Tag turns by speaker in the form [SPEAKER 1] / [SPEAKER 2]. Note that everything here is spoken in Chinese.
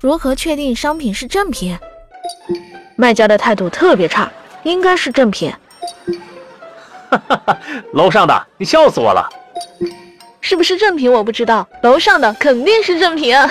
[SPEAKER 1] 如何确定商品是正品？
[SPEAKER 2] 卖家的态度特别差，应该是正品，
[SPEAKER 3] 楼上的，你笑死我了！
[SPEAKER 2] 是不是正品我不知道，楼上的肯定是正品啊。